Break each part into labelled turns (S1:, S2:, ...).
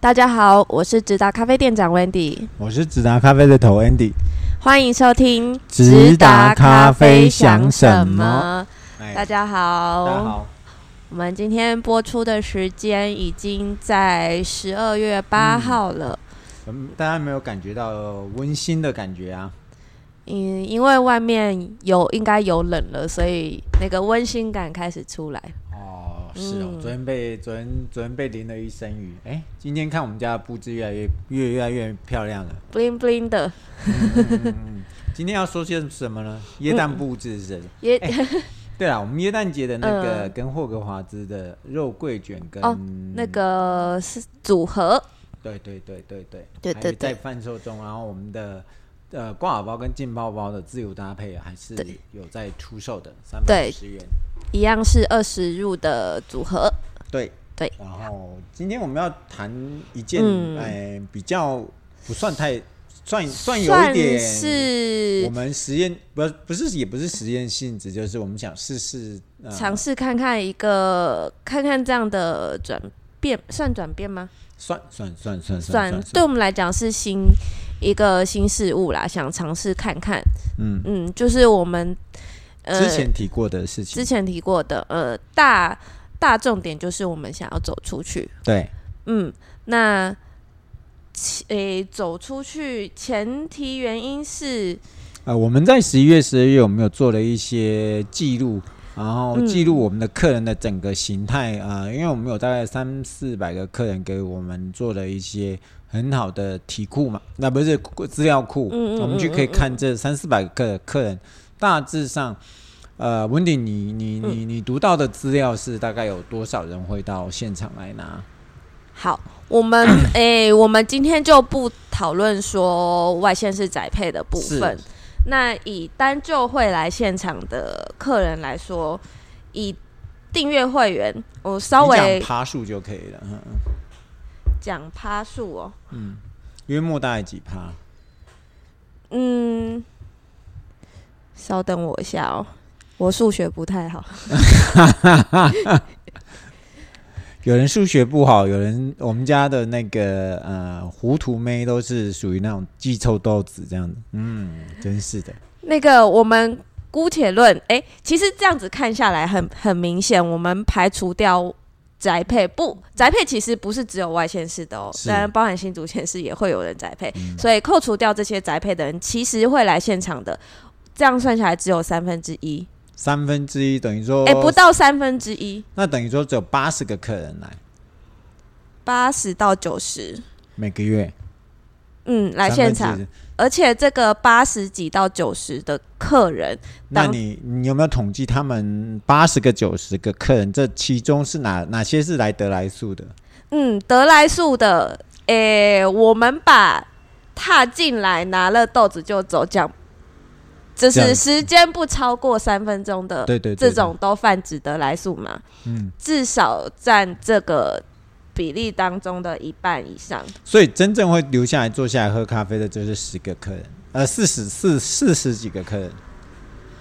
S1: 大家好，我是直达咖啡店长 Wendy，
S2: 我是直达咖啡的头 Andy。
S1: 欢迎收听
S2: 直达咖啡想什么？
S1: 大家好，
S2: 哎大家好，
S1: 我们今天播出的时间已经在十二月八号了。
S2: 嗯，大家没有感觉到温馨的感觉啊？
S1: 嗯，因为外面有应该有冷了，所以那个温馨感开始出来。
S2: 哦，是哦，
S1: 嗯
S2: 昨天被昨天昨天被淋了一身雨，哎，今天看我们家的布置越来越越越来越漂亮 了。
S1: bling
S2: 嗯
S1: bling 的，
S2: 今天要说些什么呢？耶诞布置是不是？
S1: 也、
S2: 对啊，我们耶诞节的那个
S1: 嗯
S2: 跟霍格华兹的肉桂卷跟
S1: 哦 那个是组合，
S2: 对对对对对，
S1: 对
S2: 还
S1: 对对
S2: 在贩售中。然后我们的呃挂耳包跟浸泡包的自由搭配啊还是
S1: 对
S2: 有在出售的，三百
S1: 对
S2: 十元。
S1: 一样是二十入的组合。
S2: 对
S1: 对。
S2: 然后今天我们要谈一件
S1: 嗯
S2: 哎、比较不算太算算有一
S1: 算
S2: 点我
S1: 是
S2: 们实验不不是也不是实验性质，就是我们想试试呃
S1: 尝试看看一个看看这样的转变，算转变吗？
S2: 算算算算
S1: 算
S2: 算，
S1: 对我们来讲是新一个新事物啦，想尝试看看。
S2: 嗯，
S1: 嗯，就是我们呃
S2: 之前提过的事情
S1: 之，前提过的呃大大重点就是我们想要走出去。
S2: 对
S1: 嗯，那其诶、走出去前提原因是
S2: 呃，我们在十一月、十二月，我们有做了一些记录，然后记录我们的客人的整个形态啊、呃因为我们有大概三四百个客人给我们做了一些很好的题库嘛，那不是资料库，
S1: 嗯嗯
S2: 我们就可以
S1: 嗯嗯
S2: 看这三四百个客客人大致上。呃，文鼎，你你你你读到的资料是大概有多少人会到现场来拿？
S1: 好，我们 诶、我们今天就不讨论说外线是宅配的部
S2: 是
S1: 分。那以单就会来现场的客人来说，以订阅会员，我稍
S2: 你讲
S1: 微
S2: 趴数就可以了，嗯嗯
S1: 讲趴数哦。
S2: 约莫大概几趴？
S1: 嗯，稍等我一下哦，我数学不太好。
S2: 有人数学不好，有人我们家的那个呃糊涂妹都是属于那种记臭豆子这样的，嗯，真是的，
S1: 那个我们姑且论，诶，其实这样子看下来很很明显，我们排除掉宅配不宅配，其实不是只有外县市的哦，
S2: 是嗯
S1: 当然包含新竹县市也会有人宅配，所以扣除掉这些宅配的人，其实会来现场的。这样算下来只有三分之一，
S2: 三分之一等于说，
S1: 诶，哎不到三分之一，
S2: 那等于说只有八十个客人来
S1: 八十到九十，
S2: 每个月
S1: 嗯，来现
S2: 三
S1: 场
S2: 分之一，
S1: 而且这个八十几到九十的客人，
S2: 那
S1: 当
S2: 你你有没有统计他们八十个九十个客人，这其中是哪哪些是来得来速的？
S1: 嗯，德莱素的，诶、我们把踏进来拿了豆子就走，这样，就
S2: 这样
S1: 是时间不超过三分钟的，
S2: 对对对
S1: 这种都泛指德莱素嘛，
S2: 嗯，
S1: 至少占这个比例当中的一半以上。
S2: 所以真正会留下来坐下来喝咖啡的，就是十个客人，呃，四十四四十几个客人，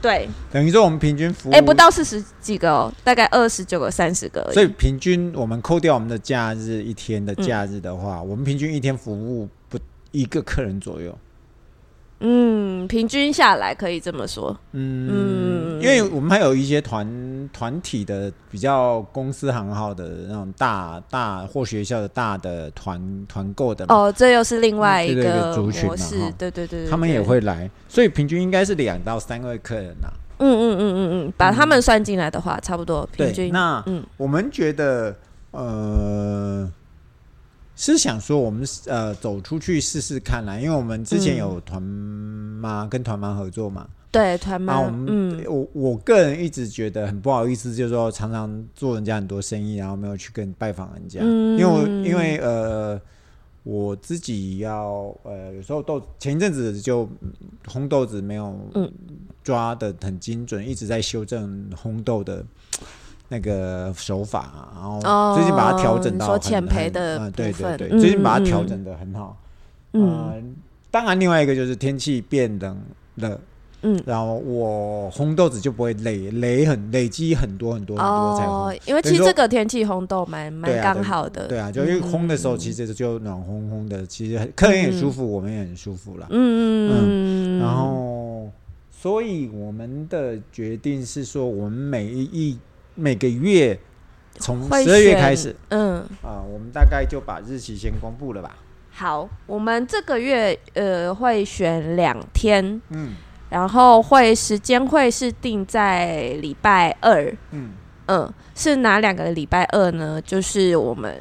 S1: 对，
S2: 等于说我们平均服务
S1: 诶、哎不到四十几个哦，大概二十九个、三十个而已。
S2: 所以平均我们扣掉我们的假日一天的假日的
S1: 嗯
S2: 话，我们平均一天服务不一个客人左右。
S1: 嗯，平均下来可以这么说。
S2: 嗯，因为我们还有一些团团体的比较公司行号的那种大大或学校的大的团团购的嘛，
S1: 哦，这又是另外一
S2: 嗯这个一个
S1: 个
S2: 族群
S1: 模
S2: 嘛
S1: 式
S2: 哈，
S1: 对对对对，
S2: 他们也
S1: 对
S2: 会来，所以平均应该是两到三位客人啊。
S1: 嗯嗯嗯嗯嗯，把他们算进来的话，差不多平
S2: 对，
S1: 均。
S2: 那
S1: 嗯
S2: 我们觉得呃。是想说我们呃走出去试试看啦，因为我们之前
S1: 嗯
S2: 有团妈、跟团妈合作嘛，
S1: 对团
S2: 那
S1: 妈
S2: 我，们、
S1: 嗯，
S2: 我我个人一直觉得很不好意思，就是说常常做人家很多生意，然后没有去跟拜访人家，
S1: 嗯
S2: 因为我因为呃我自己要呃有时候豆前一阵子就嗯烘豆子没有
S1: 嗯
S2: 抓的很精准，一直在修正烘豆的。那个手法啊，然后最近把它调整
S1: 哦
S2: 到
S1: 你说
S2: 很
S1: 浅培
S2: 很
S1: 的
S2: 啊对
S1: 部
S2: 对
S1: 分
S2: 对，
S1: 嗯
S2: 最近把它调
S1: 嗯嗯
S2: 整的很好。
S1: 嗯
S2: 呃，当然另外一个就是天气变冷了，
S1: 嗯，
S2: 然后我烘豆子就不会累，累很累积很多很多很多才烘。
S1: 哦，因为其实这个天气红豆蛮蛮
S2: 对啊
S1: 刚好的，嗯
S2: 对啊，就因为烘的时候其实就暖烘烘的，其实很客人也舒服，我们也很舒服啦。
S1: 嗯，嗯，
S2: 然后，所以我们的决定是说，我们每一一每个月从
S1: 会
S2: 十二月
S1: 选
S2: 开始，
S1: 嗯，
S2: 啊、我们大概就把日期先公布了吧。
S1: 好，我们这个月呃会选两天，
S2: 嗯
S1: 然后会时间会是定在礼拜二，
S2: 嗯，
S1: 嗯，是哪两个礼拜二呢？就是我们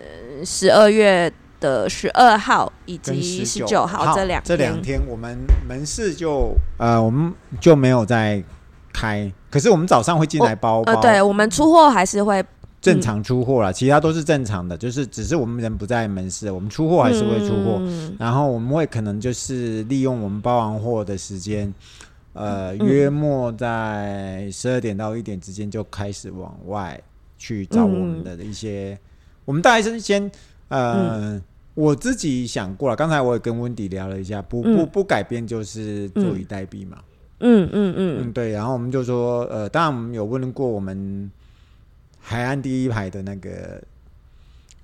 S1: 十二月的十二号以
S2: 跟
S1: 及十
S2: 九
S1: 九号这两
S2: 这两天我们门市就呃，我们就没有再开，可是我们早上会进来包包，
S1: 呃，对，我们出货还是会
S2: 正常出货啦，其他都是正常的，就是只是我们人不在门市，我们出货还是会出货，
S1: 嗯
S2: 然后我们会可能就是利用我们包完货的时间，呃，约莫在十二点到一点之间就开始往外去找我们的一些，我们大概是先呃。我自己想过了，刚才我也跟温迪聊了一下，不不
S1: 嗯
S2: 不改变就是坐以待毙嘛。
S1: 嗯嗯嗯
S2: 嗯，对。然后我们就说，呃，当然我们有问过我们海岸第一排的那个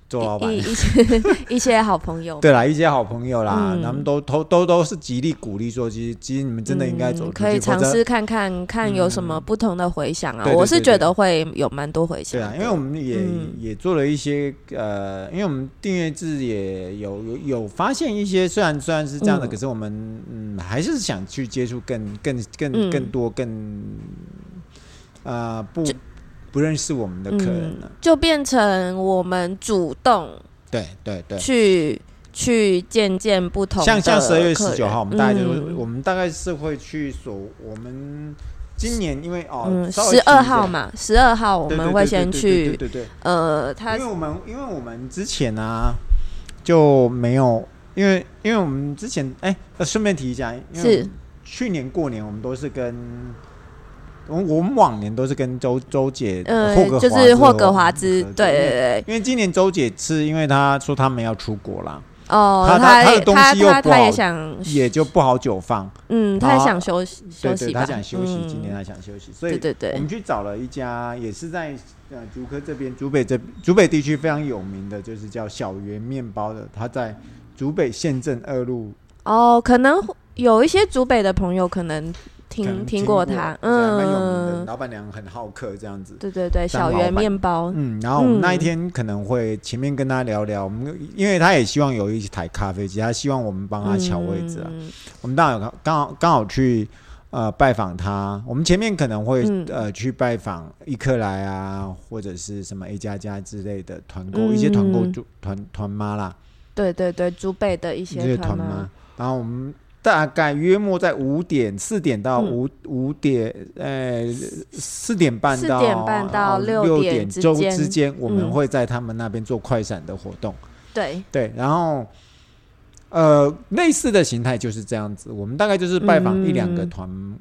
S2: 周老板
S1: 一，一些 一些好朋友，
S2: 对啦，一些好朋友啦，
S1: 嗯
S2: 他们都都都都是极力鼓励说，其实其实你们真的应该
S1: 嗯
S2: 走出去，
S1: 可以
S2: 否
S1: 尝
S2: 则嗯
S1: 试看看看有什么不同的回响啊
S2: 对。对
S1: 我是
S2: 对对
S1: 觉得会有蛮多回响
S2: 对
S1: 的，
S2: 啊，因为我们也、
S1: 嗯
S2: 也做了一些呃，因为我们订阅制也有有有发现一些，虽然虽然是这样的，
S1: 嗯
S2: 可是我们嗯还是想去接触更更更
S1: 嗯
S2: 更多更呃不不认识我们的客人了。
S1: 就变成我们主动
S2: 对对对，
S1: 去去见见不同的
S2: 像像十二月
S1: 客
S2: 十
S1: 人
S2: 九号，我们大概就是、
S1: 嗯
S2: 我们大概是会去所我们今年因为哦，
S1: 嗯，
S2: 稍微
S1: 十二
S2: 提一下
S1: 号嘛，十二号我
S2: 对
S1: 们
S2: 对
S1: 会
S2: 对
S1: 先
S2: 对
S1: 去
S2: 对对对
S1: 呃，他
S2: 对，因为我们因为我们之前啊就没有，因为因为我们之前哎，呃顺、便提一下，因为
S1: 是
S2: 我们去年过年我们都是跟。我们我们往年都是跟周周姐，
S1: 呃
S2: 霍格华
S1: 就
S2: 兹哦
S1: 是霍格华
S2: 合
S1: 兹
S2: 作，
S1: 对对对，
S2: 因为今年周姐是因为她说他们要出国啦，
S1: 哦，
S2: 他他他
S1: 也
S2: 的东
S1: 他
S2: 西又
S1: 他
S2: 不
S1: 他
S2: 好
S1: 也想，
S2: 也就不好久放，
S1: 嗯，他也
S2: 啊
S1: 想休息
S2: 对
S1: 休
S2: 对，
S1: 息
S2: 他
S1: 吧，
S2: 想休息，
S1: 嗯
S2: 今年他想休息，所以
S1: 对对
S2: 我
S1: 对
S2: 们，去找了一家也是在呃竹科这边，竹北这竹北地区非常有名的，就是叫小圆面包的，它在竹北县镇二路，
S1: 哦，可能有一些竹北的朋友可能
S2: 可
S1: 听
S2: 能
S1: 听
S2: 过
S1: 他，
S2: 对还蛮有名的，
S1: 嗯，
S2: 老板娘很好客这样子。
S1: 对对对，
S2: 张
S1: 小
S2: 老
S1: 圆
S2: 板
S1: 面包，
S2: 嗯，然后我们那一
S1: 嗯
S2: 天可能会前面跟他聊聊，我们因为他也希望有一台咖啡机，他希望我们帮他抢位置啊。
S1: 嗯
S2: 我们刚好刚好刚好去呃拜访他，我们前面可能会、
S1: 嗯
S2: 呃去拜访伊克莱啊，或者是什么 A 加加之类的团购，一些团购
S1: 嗯
S2: 就团团妈啦，
S1: 对对对，竹北的一
S2: 一些
S1: 些
S2: 团妈
S1: 妈，。
S2: 然后我们大概约莫在五点四点到
S1: 嗯
S2: 五五、点呃四点半到哦
S1: 4点半到
S2: 六
S1: 6
S2: 点
S1: 点
S2: 钟
S1: 之间
S2: 之间，我们
S1: 嗯
S2: 会在他们那边做快闪的活动。
S1: 对，
S2: 对，然后呃，类似的形态就是这样子。我们大概就是拜访一两个
S1: 嗯
S2: 团、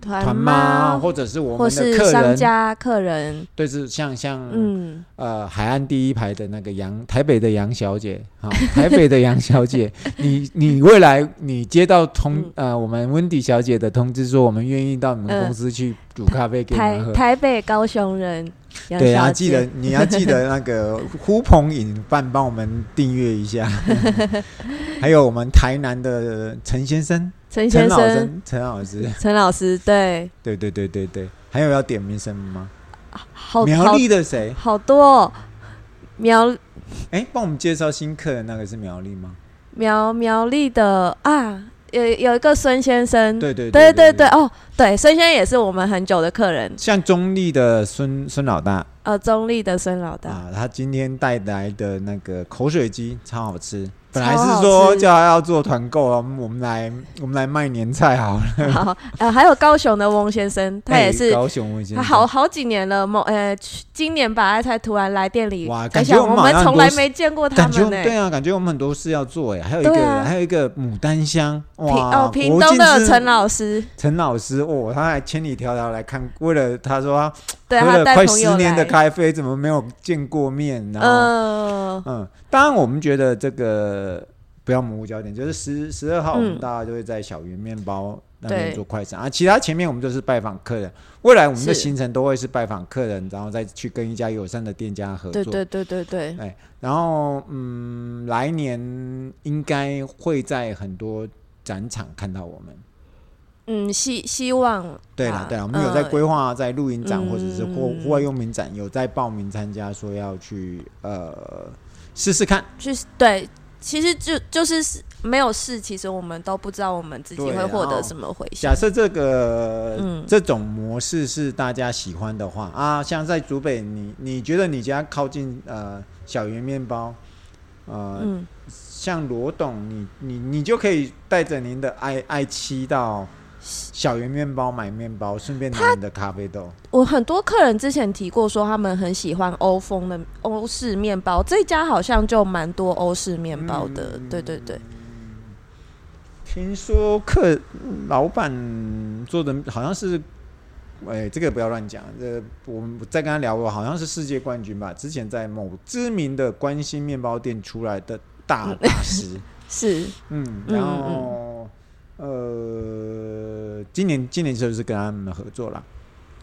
S1: 团
S2: 团妈，
S1: 妈
S2: 或者是我
S1: 或
S2: 们的
S1: 是
S2: 客
S1: 商
S2: 人，
S1: 家客人，
S2: 对，是像像、
S1: 嗯，
S2: 呃海岸第一排的那个杨，台北的杨小姐， 好、台北的杨小姐，你你未来你接到通、呃我们温迪小姐的通知说，我们愿意到你们
S1: 嗯
S2: 公司去煮咖啡给你
S1: 台
S2: 们喝。
S1: 台北高雄人，杨
S2: 对啊，
S1: 小
S2: 记
S1: 姐
S2: 得你要记得那 个呼朋引伴，帮我们订阅一下。还有我们台南的陈先生、
S1: 陈
S2: 陈
S1: 先
S2: 老
S1: 生、
S2: 生、陈老师，
S1: 陈老师，对，
S2: 对对对对对，还有要点名什么吗？
S1: 好
S2: 苗
S1: 好
S2: 栗的谁？
S1: 好多哦苗
S2: 哎，帮我们介绍新客人那个是苗栗吗？
S1: 苗苗栗的啊，有有一个孙先生，
S2: 对对
S1: 对
S2: 对
S1: 对对，哦，对，孙先生也是我们很久的客人，
S2: 像中立的孙孙老大
S1: 呃，中立的孙老大，
S2: 啊，他今天带来的那个口水鸡超好吃。本来
S1: 超
S2: 是
S1: 好
S2: 说
S1: 吃
S2: 叫他要做团购啊，我们来我们来卖年菜好 了。
S1: 好，呃，还有高雄的翁先生，他
S2: 哎
S1: 也是。
S2: 高雄，我已经
S1: 他好好几年了，某呃，去今年吧，他才突然来店里
S2: 哇
S1: 开
S2: 感觉
S1: 箱，
S2: 我们
S1: 我
S2: 好
S1: 们
S2: 像
S1: 从
S2: 多
S1: 来
S2: 是
S1: 没见过他
S2: 感觉
S1: 们
S2: 我
S1: 呢、
S2: 对啊，感觉我们很多事要做哎，还有一
S1: 对
S2: 个、
S1: 啊
S2: 还有一个牡丹香
S1: 屏
S2: 哇，
S1: 哦，屏
S2: 国
S1: 东
S2: 境
S1: 的
S2: 之
S1: 陈老师，
S2: 陈老师哦，他还千里迢迢来看，为了他说他
S1: 对
S2: 喝
S1: 他
S2: 了
S1: 带
S2: 快
S1: 朋
S2: 十
S1: 友
S2: 年
S1: 来，
S2: 的咖啡，怎么没有见过面？然后、
S1: 嗯，
S2: 嗯，当然我们觉得这个不要模糊焦点，就是十十二号我们
S1: 嗯
S2: 大家就会在小圆面包那边
S1: 对
S2: 做快闪啊。其他前面我们就是拜访客人，未来我们的
S1: 是
S2: 行程都会是拜访客人，然后再去跟一家友善的店家合作。
S1: 对对对对对，
S2: 然后嗯，来年应该会在很多展场看到我们。
S1: 嗯，希希望
S2: 对啦
S1: 啊，
S2: 对啦，我们有在
S1: 呃
S2: 规划在露营展或者是户
S1: 嗯
S2: 户外用品展，有在报名参加，说要去呃试试看。
S1: 去对，其实就就是没有事，其实我们都不知道我们自己
S2: 对
S1: 会获
S2: 然后
S1: 得什么回响
S2: 假。设这个、
S1: 嗯
S2: 这种模式是大家喜欢的话啊，像在竹北，你你觉得你家靠近呃小圆面包，呃，
S1: 嗯，
S2: 像罗董，你你你就可以带着您的爱爱妻到小圆面包买面包，顺便拿你的咖啡豆。
S1: 我很多客人之前提过说他们很喜欢欧风的欧式面包，这家好像就蛮多欧式面包的。
S2: 嗯
S1: 对对对，
S2: 听说客老板做的好像是，哎、这个不要乱讲。这我们在跟他聊过，好像是世界冠军吧？之前在某知名的关心面包店出来的大大师。
S1: 是
S2: 嗯，
S1: 嗯
S2: 然后呃，今年今年就是跟他们合作啦。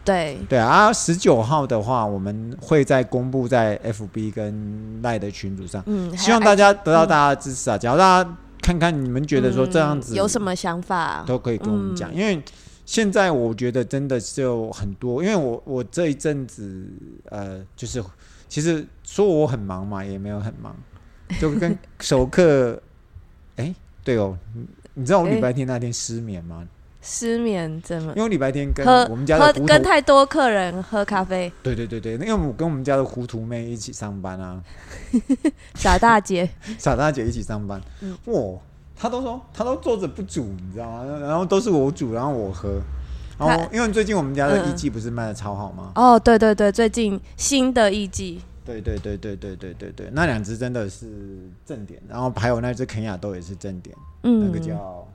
S1: 对，
S2: 对啊，十九号的话，我们会再公布在 FB 跟赖的群组上，
S1: 嗯，
S2: 希望
S1: 还有
S2: 大家得到大家的支持啊。假如大家看看你们觉得说这样子
S1: 嗯有什么想法？
S2: 都可以跟我们讲，
S1: 嗯
S2: 因为现在我觉得真的就很多，因为我我这一阵子呃，就是其实说我很忙嘛，也没有很 忙，就跟熟客，哎、对哦，你你知道我礼
S1: 哎
S2: 拜天那天失眠 吗？
S1: 失眠怎么
S2: 因？为我礼拜天跟
S1: 喝
S2: 我们家
S1: 喝
S2: 的糊
S1: 跟
S2: 涂，
S1: 太多客人喝咖啡，
S2: 对对对对，因为我跟我们家的糊涂妹一起上 班啊，
S1: 傻大姐，
S2: 傻大姐一起上班，
S1: 嗯
S2: 哇，她都说她都坐着不煮，你知道吗？然后都是我煮，然后我喝。然后
S1: 她，
S2: 因为最近我们家的
S1: 嗯
S2: 一季不是卖的超好吗？
S1: 哦，对对对，最近新的一季，
S2: 对对对对对对对对，那两只真的是正点，然后还有那只肯亚豆也是正点，
S1: 嗯，
S2: 那个叫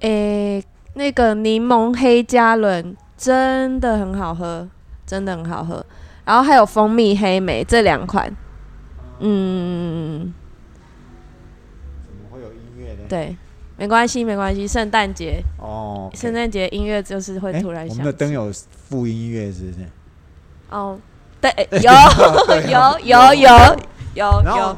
S1: 诶、那个柠檬黑加仑真的很好喝，真的很好喝。然后还有蜂蜜黑莓这两款，嗯，
S2: 怎么会有音乐呢？
S1: 对，没关系，没关系。圣诞节，
S2: 哦，
S1: 圣诞节音乐就是会
S2: 哎
S1: 突然
S2: 我
S1: 响
S2: 们的灯有附音乐是 不哦是？
S1: 哦， 对，诶有有有有有
S2: 然后
S1: 有，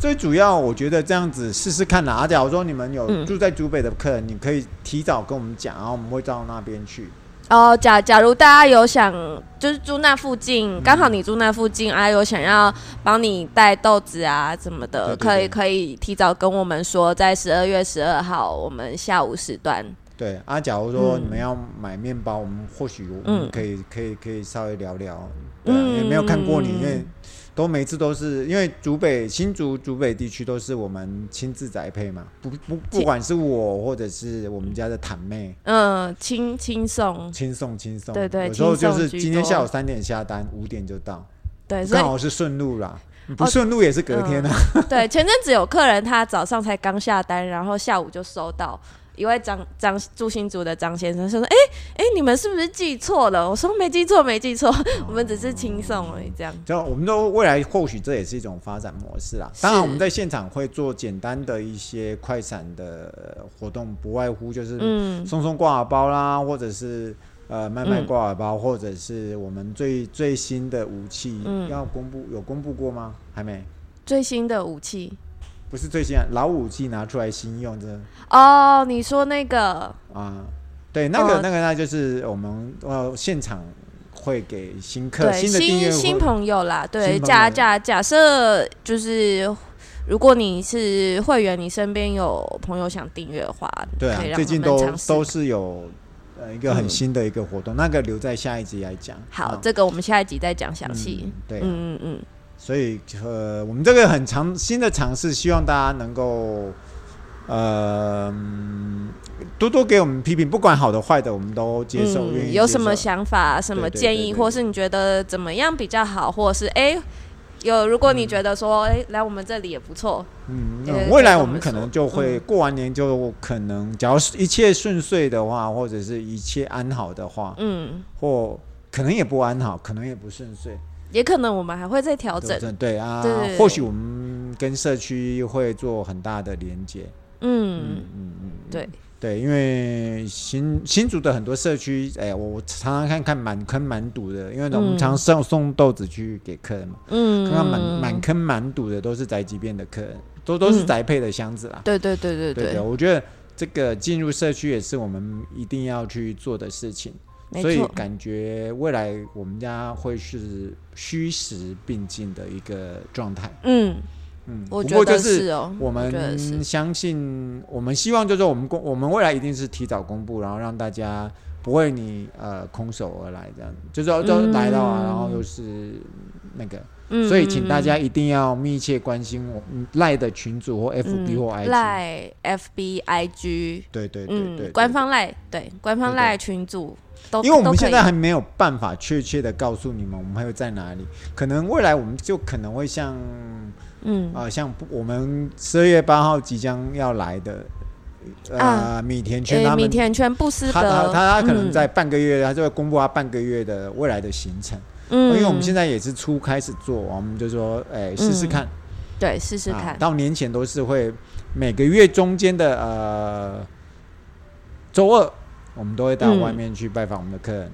S2: 最主要，我觉得这样子试试看啦。啊，假如说你们有
S1: 嗯
S2: 住在竹北的客人，你可以提早跟我们讲，然后我们会到那边去。
S1: 哦，假假如大家有想，就是住那附
S2: 嗯
S1: 近，刚好你住那附近啊，有想要帮你带豆子啊什么的，
S2: 对对对
S1: 可以可以提早跟我们说，在十二月十二号我们下午时段。
S2: 对啊，假如说
S1: 嗯
S2: 你们要买面包，我们或许我们
S1: 嗯
S2: 可以、可以可以稍微聊聊，对、啊，因为
S1: 嗯
S2: 没有看过你，
S1: 嗯
S2: 因为都每次都是因为竹北新竹竹北地区都是我们亲自宅配嘛，不不不管是我或者是我们家的坦妹，
S1: 嗯，轻轻松，
S2: 轻松轻松，
S1: 嗯对对
S2: 有时候就
S1: 轻松
S2: 是
S1: 居
S2: 今天
S1: 多
S2: 下午三点下单，五点就到，
S1: 对，所
S2: 刚
S1: 以哦嗯
S2: 好是顺路啦，不顺路也是隔天啊，
S1: 对前阵子有客人他早上才刚下单，然后下午就收到。一位张张住新竹的张先生说：“哎、哎、你们是不是记错了？”我说：“没记错，没记错， 我们只是轻松而已。”这样，
S2: 就我们都未来或许这也是一种发展模式啦。
S1: 是
S2: 当然，我们在现场会做简单的一些快闪的呃活动，不外乎就是
S1: 嗯，
S2: 送送挂耳包啦，或者是呃卖卖挂耳包，或者是我们最最新的武器、
S1: 嗯
S2: 要公布，有公布过吗？还没，
S1: 最新的武器，
S2: 不是最新啊，老武器拿出来新用这
S1: 哦，你说那个
S2: 啊、对，那个、
S1: 哦
S2: 那个那就是我们呃现场会给新客
S1: 对
S2: 新的订
S1: 新
S2: 阅户
S1: 新朋友啦，对
S2: 新朋友
S1: 假假假设就是，如果你是会员，你身边有朋友想订阅的话，
S2: 对啊
S1: 可以，让
S2: 最
S1: 他
S2: 近
S1: 们
S2: 都
S1: 尝试
S2: 都是有呃一个很
S1: 嗯
S2: 新的一个活动，那个留在下一集来讲。
S1: 好，
S2: 嗯
S1: 这个我们下一集再讲详细
S2: 嗯。对啊，
S1: 嗯嗯嗯，
S2: 所以呃，我们这个很尝新的尝试，希望大家能够呃嗯多多给我们批评，不管好的坏的，我们都接受。愿意
S1: 嗯、
S2: 接
S1: 有什么
S2: 受
S1: 想法、什么
S2: 对对
S1: 建
S2: 对
S1: 议，
S2: 对
S1: 或是你觉得怎么样比较好，或者是哎、有，如果你觉得说哎、来我们这里也不错，
S2: 嗯，
S1: 也
S2: 那
S1: 可以
S2: 未来
S1: 跟呃
S2: 我
S1: 我
S2: 们
S1: 们嗯
S2: 可能
S1: 说
S2: 就会过完年就可能，假如是一切顺遂的话，或者是一切安好的话，
S1: 嗯，
S2: 或可能也不安好，可能也不顺遂。
S1: 也可能我们还会再调整
S2: 对。对啊，
S1: 对对对
S2: 或许我们跟社区会做很大的连接。
S1: 嗯
S2: 嗯，嗯嗯，
S1: 对，
S2: 对，因为新新竹的很多社区，哎、我我常常看看满坑满谷的，因为我们
S1: 嗯
S2: 常送送豆子去给客人嘛，
S1: 嗯，
S2: 看看满满坑满谷的都是宅急便的客人，都都是
S1: 嗯
S2: 宅配的箱子啦。
S1: 对对对对
S2: 对对，我觉得这个进入社区也是我们一定要去做的事情，
S1: 没
S2: 所以
S1: 错，
S2: 感觉未来我们家会是虚实并进的一个状态。
S1: 嗯，
S2: 嗯，
S1: 我
S2: 不
S1: 觉
S2: 过就
S1: 得
S2: 是
S1: 哦，
S2: 我
S1: 觉得是
S2: 们相信，我们希望就是我们公，我们未来一定是提早公布，然后让大家不会你呃空手而来这样，就是说就
S1: 嗯
S2: 来到啊，然后又是那个，
S1: 嗯，
S2: 所以请大家
S1: 嗯
S2: 一定要密切关心我们赖的群组或 FB
S1: 嗯
S2: 或 IG，
S1: 赖 FB IG，
S2: 对对对对
S1: 嗯
S2: 对，，
S1: 官方赖对官方
S2: 对对
S1: 赖群组都，
S2: 因为我们
S1: 都可
S2: 现
S1: 以
S2: 在还没有办法确切的告诉你们我们还会在哪里，可能未来我们就可能会像
S1: 嗯
S2: 啊、像我们十二月八号即将要来的，呃，
S1: 啊
S2: 米田圈
S1: 诶
S2: 他
S1: 米
S2: 们，
S1: 田圈布斯
S2: 他他
S1: 德，
S2: 他可能
S1: 嗯
S2: 在半个月，他就会公布他半个月的未来的行程。
S1: 嗯，
S2: 哦因为我们现在也是初开始做，我们就说，哎，试试看，
S1: 对嗯试试
S2: 啊
S1: 看，
S2: 到年前都是会每个月中间的呃周二，我们都会到
S1: 嗯
S2: 外面去拜访我们的客人。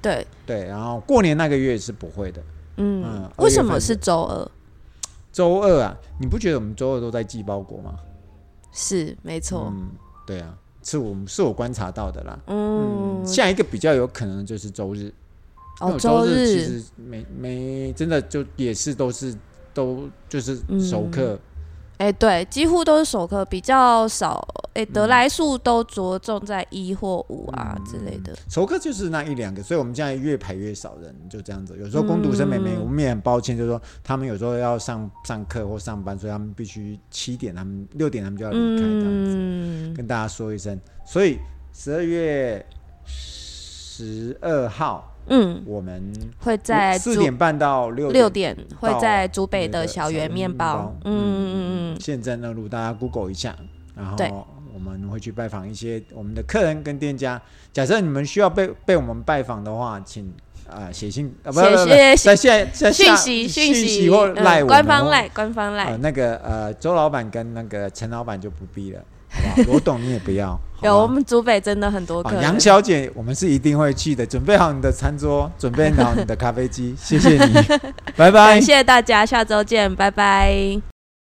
S1: 对，
S2: 对，然后过年那个月是不会的。嗯
S1: 嗯，
S2: 二
S1: 为
S2: 月
S1: 什么
S2: 份
S1: 是周二？
S2: 周二啊，你不觉得我们周二都在寄包裹吗？
S1: 是没错，
S2: 嗯，对啊，是我们是我观察到的啦。
S1: 嗯
S2: 嗯，，下一个比较有可能就是周日。因为
S1: 哦，
S2: 我
S1: 周
S2: 日其实没没真的就也是都是都就是熟客，
S1: 哎、对，几乎都是首课，比较少。哎、
S2: 嗯
S1: 得来速都着重在一或五啊、之类的。
S2: 熟客就是那一两个，所以我们现在越排越少人，就这样子。有时候工读生妹妹，
S1: 嗯
S2: 我们也很抱歉，就是说他们有时候要上上课或上班，所以他们必须七点，他们六点他们就要离开这样子，
S1: 嗯，
S2: 跟大家说一声。所以十二月十二号，
S1: 嗯，
S2: 我们
S1: 会在
S2: 四
S1: 竹
S2: 点半到六啊
S1: 六点会
S2: 到
S1: 在竹北
S2: 那
S1: 的
S2: 个
S1: 小
S2: 小
S1: 圆
S2: 圆
S1: 面
S2: 面
S1: 包
S2: 包。
S1: 嗯嗯嗯
S2: 现在那路大家 Google 一下，然
S1: 对
S2: 后我们会去拜访一些我们的客人跟店家。假设你们需要被被我们拜访的话，请啊写、信啊，不不不，
S1: 写信
S2: 在现在
S1: 嗯，讯
S2: 下
S1: 息
S2: 讯
S1: 息
S2: 或
S1: 嗯
S2: 赖我们哦
S1: 官方
S2: 或
S1: 赖官方赖、
S2: 呃那个呃周老板跟那个陈老板就不必了，好 不好？罗董你也不要，好
S1: 有我
S2: 吧。
S1: 们竹北真的很多
S2: 啊
S1: 客，人。
S2: 杨小姐，我们是一定会去的。准备好你的餐桌，准备好你的咖啡机，谢谢你，拜拜
S1: 感。谢大家，下周见，拜拜。